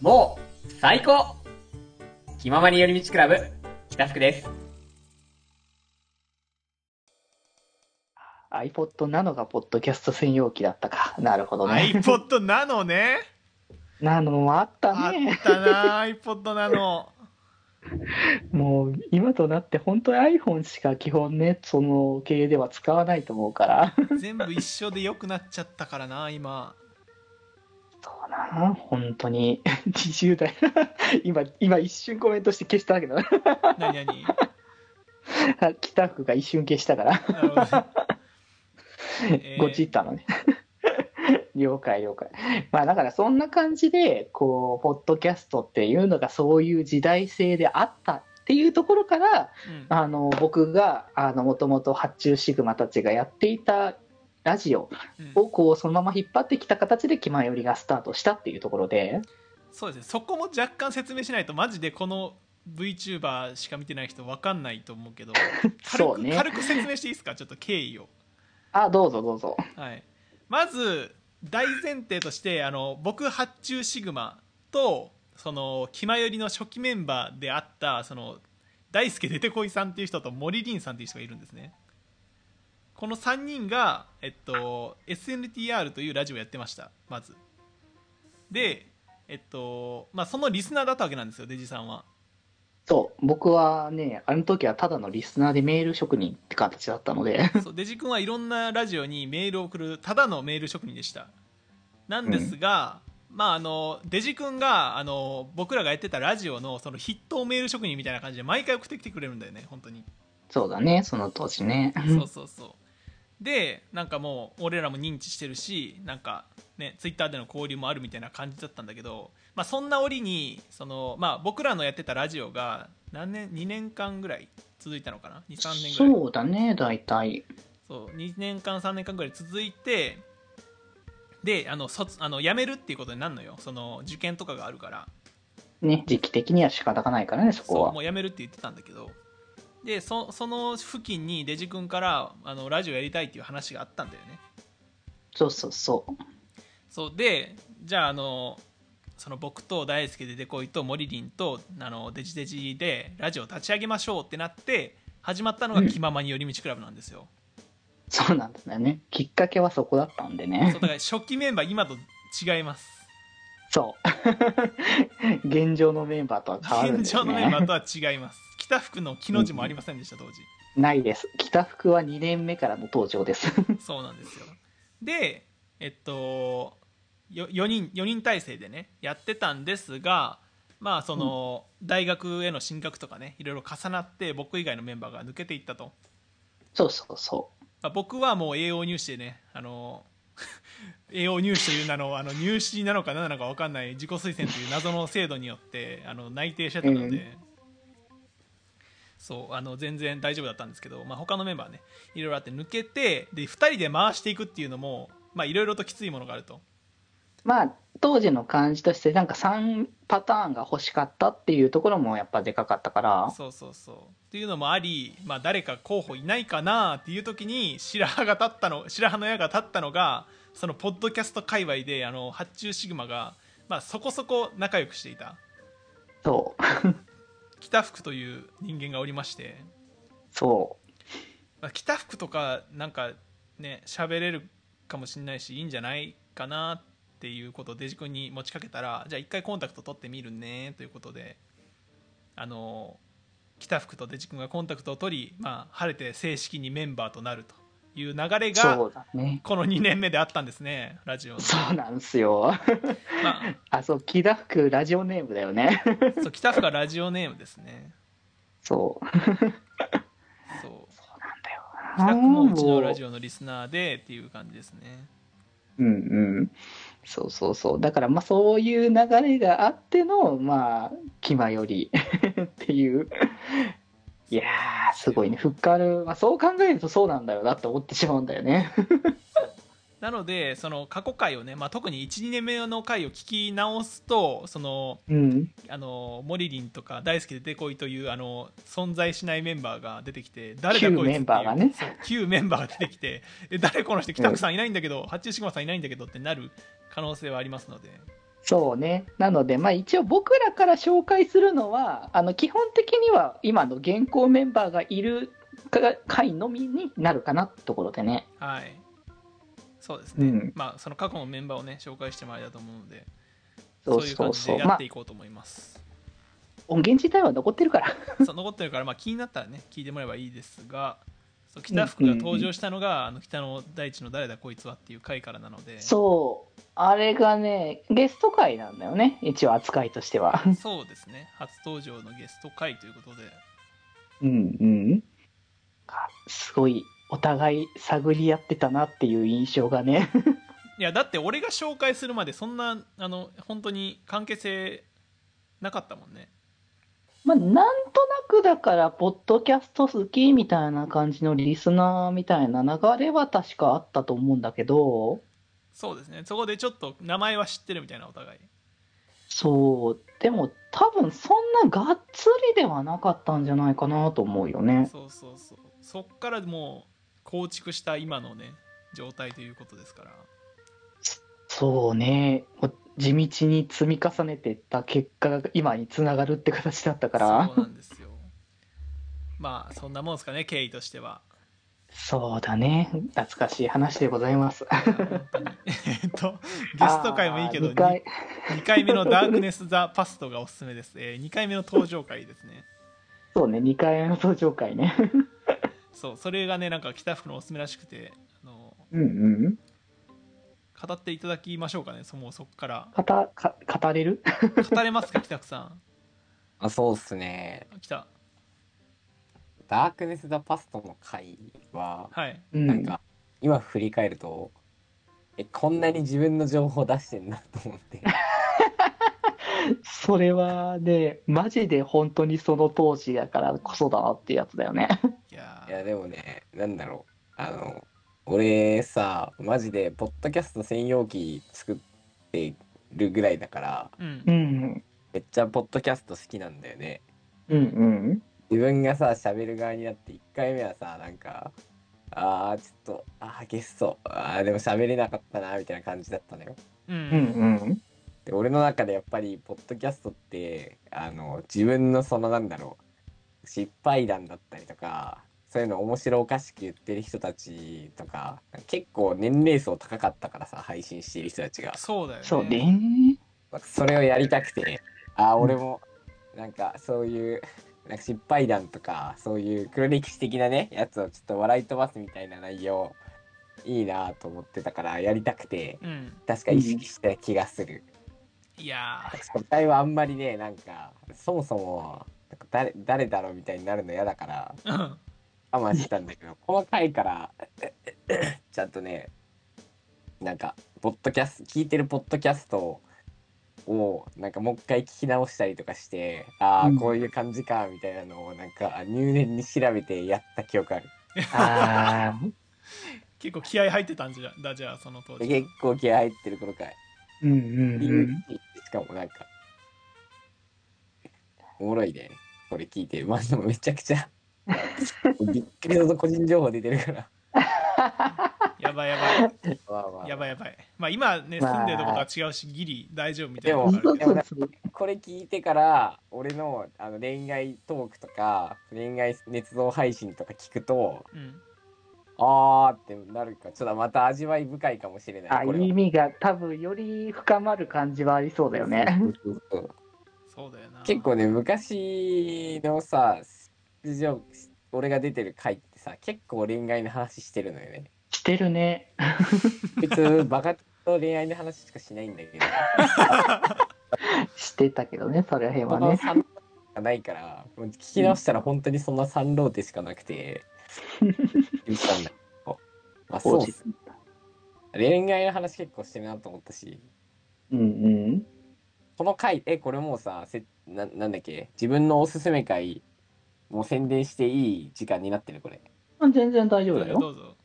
もう、最高気ままに寄り道クラブ、北福です。 iPod ナノがポッドキャスト専用機だったか。なるほどね。 iPod なのね。ナノもあったあね。ったな、iPod なの。もう今となって本当に iPhone しか基本ね、その系では使わないと思うから。全部一緒で良くなっちゃったからな、今。そうな、本当に。20代。 今、今一瞬コメントして消したけど、 なになに。北福が一瞬消したから、なるほどねえーごちったのね。 了解了解。まあだからそんな感じで、こう、ポッドキャストっていうのがそういう時代性であったっていうところから、うんあの僕があのもともと発注シグマたちがやっていたラジオうんをこうそのまま引っ張ってきた形で「気前より」がスタートしたっていうところでそうですね。そこも若干説明しないと、マジでこの VTuber しか見てない人わかんないと思うけど、軽そうくね軽く説明していいですか、ちょっと経緯を。あどうぞどうぞはい、まず大前提としてあの僕発注シグマとその気まよりの初期メンバーであったその大輔出てこいさんっていう人と森凛さんっていう人がいるんですねこの3人が、えっと、SNTR というラジオをやってましたまずでえっとまあそのリスナーだったわけなんですよデジさんはそう僕はねあの時はただのリスナーでメール職人って形だったので そうデジ君はいろんなラジオにメールを送るただのメール職人でしたなんですが、まああのデジ君があの僕らがやってたラジオのその筆頭メール職人みたいな感じで毎回送ってきてくれるんだよね本当にそうだねその当時ねそうそうそうでなんかもう俺らも認知してるしなんかねツイッターでの交流もあるみたいな感じだったんだけど、まあ、そんな折にその、まあ、僕らのやってたラジオが何年2年間ぐらい続いたのかな23年ぐらいそうだね大体そう2年間3年間ぐらい続いてであの卒あの辞めるっていうことになるのよその受験とかがあるからね時期的には仕方がないからねそこそうはもう辞めるって言ってたんだけどでそその付近にデジ君からあのラジオやりたいっていう話があったんだよねそうそうそうそうでじゃああのその僕と大輔出てこいと森林とあのデジデジでラジオ立ち上げましょうってなって始まったのが「気ままに寄り道クラブ」なんですよ、そうなんだよねきっかけはそこだったんでねそうだから初期メンバー今と違いますそう。 現状のメンバーとは変わるん現です、ね。状のメンバーとは違います 北福の木の字もありませんでした当時ないです。北福は2年目からの登場です。 そうなんですよでえっと4人四人体制でねやってたんですがまあその、大学への進学とかねいろいろ重なって僕以外のメンバーが抜けていったと、そうそうそまあ、僕はもう栄養入試でねあの 栄養入試という名のあの入試なのか何なのか分かんない自己推薦という謎の制度によってあの内定してたので、うんそうあの全然大丈夫だったんですけど、まあ、他のメンバーねいろいろあって抜けてで2人で回していくっていうのも、まあ、いろいろときついものがあるとう。まあ、当時の感じとして、なんか3パターンが欲しかったっていうところもやっぱでかかったから、そうそうそうっていうのもあり、まあ、誰か候補いないかなっていう時に白羽が立ったの白羽の矢が立ったのがそのポッドキャスト界隈であの発注シグマが、まあ、そこそこ仲良くしていたそう、北福という人間がおりまして、そまあ、北福とかなんかね喋れるかもしれないしいいんじゃないかなっていうことをデジ君に持ちかけたらじゃあ一回コンタクト取ってみるねということであの北福とデジ君がコンタクトを取り、まあ、晴れて正式にメンバーとなるという流れう、そがうだね。この2年目であったんですねラジオの、そうなんですよ。まあ、あ、そう、木田福ラジオネームだよね。そう北福はラジオネームですねそう。そうなんだよな。北福もうちのラジオのリスナーでっていう感じですねうんうん。そうそうそう。だから、まあ、そういう流れがあっての、まあ、気まより っていう。いやー、すごいね。フッカル、まあ、そう考えるとそうなんだよなって思ってしまうんだよね。なのでその過去回をね、まあ、特に12年目の回を聞き直すとそのうん。あのモリリンとか大好きでてこいというあの存在しないメンバーが出てきて誰だこいつってい旧メうンバーがねそう旧メンバーが出てきてえ誰この人北区さんいないんだけど、八中志さんいないんだけどってなる可能性はありますのでそうね。なので、まあ一応僕らから紹介するのは、あの基本的には今の現行メンバーがいるか回のみになるかなってところでね。はいそうですね、うんまあその過去のメンバーをね紹介してもらえたと思うのでそういうそ感うじそでう。やまっあていこうと思います、音源自体は残ってるから。 そう残ってるから、まあ、気になったらね聞いてもらえばいいですがそう北福が登場したのが、あの北の大地の誰だこいつはっていう回からなのでそう。あれがね、ゲスト回なんだよね。一応扱いとしては。そうですね初登場のゲスト回ということでうんうん。あすごい、お互い探り合ってたなっていう印象がね。 いやだって俺が紹介するまでそんなあの本当に関係性なかったもんねまあ、なんとなくだから、ポッドキャスト好きみたいな感じのリスナーみたいな流れは確かあったと思うんだけど、そうですねそこでちょっと名前は知ってるみたいなお互いそう、でも多分そんながっつりではなかったんじゃないかなと思うよね。そうそうそうそっからもう構築した今のね状態ということですからそうね、お地道に積み重ねてった結果が今につながるって形だったから。そうなんですよまあそんなもんですかね経緯としてはそうだね、懐かしい話でございます。いや本当に えっと ゲスト回もいいけあーど 2, 二回回回目の「ダークネス・ザ・パスト」がおすすめです、え2回目の登場回ですねそうね、2回目の登場回 ね。そうそれがねなんか北福のおすすめらしくてあのうんうん。語っていただきましょうかねそもうそこから語、か語れる語れますか北福さんあ、そうっすね。北ダークネス・ザ・パストの回は、はいうんなんか、今振り返ると、え、こんなに自分の情報出してんなと思 って。それはね、マジで本当にその当時だからこそだなってやつだよね。 いやいーや、でもね、なんだろう。あの、俺さ、マジで、ポッドキャスト専用機作ってるぐらいだから、うんうん。めっちゃポッドキャスト好きなんだよね。うん自分がさ喋る側になって1回目はさなんかあーちょっとあーゲストあーでも喋れなかったなみたいな感じだったのよううん。うんんで俺の中でやっぱりポッドキャストってあの自分のそのなんだろう失敗談だったりとかそういうの面白おかしく言ってる人たちとか結構年齢層高かったからさ配信している人たちがそうだようん。ねそうね。それをやりたくてあー俺もなんかそういうなんか失敗談とかそういう黒歴史的なねやつをちょっと笑い飛ばすみたいな内容いいなと思ってたからやりたくてうん確か意識した気がする、いやー初回はあんまりねなんかそもそもなんか誰誰だろうみたいになるの嫌だからうん我慢してたんだけどこの回からちゃんとねなんかポッドキャスト聞いてるポッドキャストをなんかもう一回聞き直したりとかしてああ、うんこういう感じかみたいなのをなんか入念に調べてやった記憶あるああ。 結構気合入ってたんじゃだじゃあその当で時結構気合入ってるこの回、うん うんうん。しかもなんかおもろいねこれ聞いてまあでもめちゃくち ゃびっくりの個人情報出てるからやばいやばいまあまあやばいやばいまあ今ねまあ住んでるとことは違うしギリ大丈夫みたいなのうがそあるうけそどうそう。これ聞いてから俺のあの恋愛トークとか恋愛熱動配信とか聞くとうんあーってなるかちょっとまた味わい深いかもしれないあこれは意味が多分より深まる感じはありそうだよね。そうそうそうそうだよな結構ね昔のさ出場俺が出てる回ってさ結構恋愛の話してるのよねしてるね。普通バカと恋愛の話しかしないんだけどしてたけどね、それへん こはのね。 3ローがないからもう聞き直したら本当にそんな3ローテしかなく て言ったんだけどまあそうっす恋愛の話結構してるなと思ったしうんうん。この回えこれもうさせななんだっけ自分のおすすめ回もう宣伝していい時間になってるこれまあ全然大丈夫だどよ。うぞ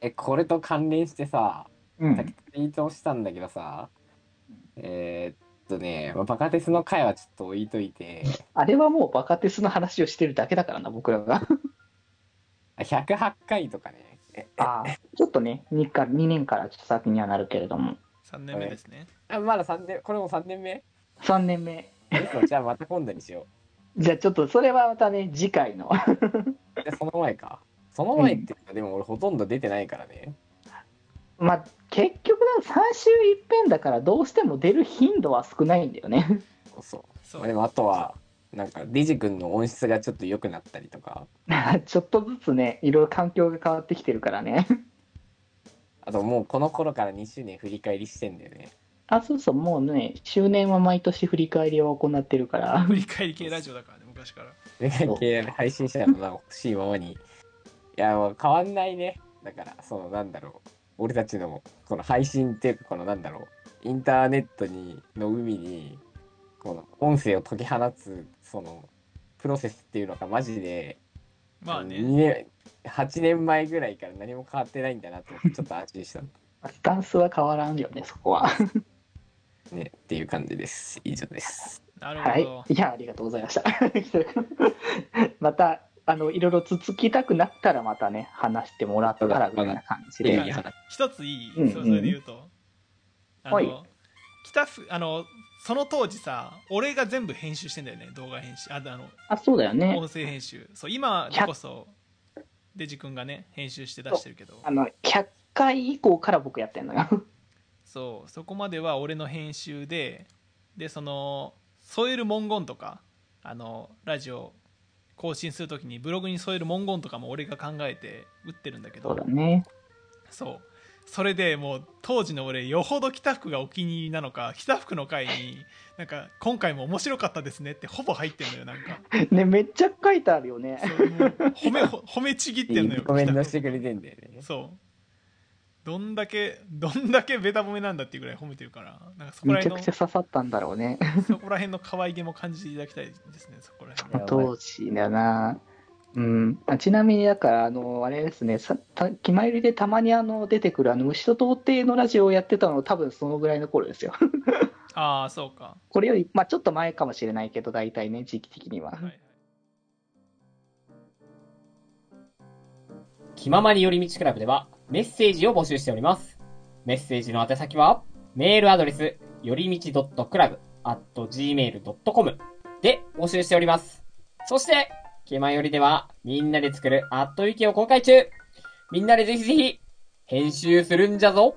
えこれと関連してさうさっきん。ツイートをしたんだけどさえーっとね、まあ、バカテスの回はちょっと置いといてあれはもうバカテスの話をしてるだけだからな、僕らが。あ108回とかねえ ああ、ちょっとね、2, か2年からちょっと先にはなるけれども。 3年目ですねあまだ3年これも3年目3年目嘘じゃあまた今度にしよじゃあちょっとそれはまたね次回の うでその前かその前っていうかでも俺ほとんど出てないからねまあ結局だ3週いっぺんだからどうしても出る頻度は少ないんだよね そうそまあでもあとはなんかデジ君の音質がちょっと良くなったりとかちょっとずつねいろいろ環境が変わってきてるからねあともうこの頃から2周年振り返りしてんだよねあそうそうもうね周年は毎年振り返りを行ってるから 振り返り系ラジオだからね昔からそれが系配信者の名を欲しいままにいやもう変わんないねだからそのなんだろう俺たちのこの配信っていうかこのなんだろうインターネットにの海にこの音声を解き放つそのプロセスっていうのがマジで、まあ2ね年8年前ぐらいから何も変わってないんだなと思ってちょっと安心したスタンスは変わらんよねそこはねっていう感じです以上ですなるはほいど、いやありがとうございました またあのいろいろつつきたくなったらまたね話してもらったらぐらいな感じいでやいや一ついい、うんそれそれで言うとあの、はい北ふあのその当時さ俺が全部編集してんだよね動画編集ああのあそうだよね音声編集そう今でこそデジ君がね編集して出してるけどあの100回以降から僕やってんのよそうそこまでは俺の編集ででその添える文言とかあのラジオ更新するときにブログに添える文言とかも俺が考えて打ってるんだけどそうだねそうそれでもう当時の俺よほど北福がお気に入りなのか北福の回になんか今回も面白かったですねってほぼ入ってんのよなんかねめっちゃ書いてあるよねそうもう褒 めほ褒めちぎってんのよコメント北して福くれてんだよねそうどんだけどんだけベタ褒めなんだっていうぐらい褒めてるからなんかそこらめちゃ辺くのちゃ刺さったんだろうねそこら辺の可愛げも感じていただきたいですね、そこら辺やばい当時だなうん、あちなみにだからあのあれですねさた気まゆりでたまにあの出てくるあの牛と童貞のラジオをやってたの多分そのぐらいの頃ですよ ああ、そうか。これより、まあ、ちょっと前かもしれないけど大体ね時期的には、はい、気ままに寄り道クラブではメッセージを募集しております。メッセージの宛先は、メールアドレス、よりみち .club.gmail.com で募集しております。そして、気まよりでは、みんなで作るアットウィキを公開中みんなでぜひぜひ、編集するんじゃぞ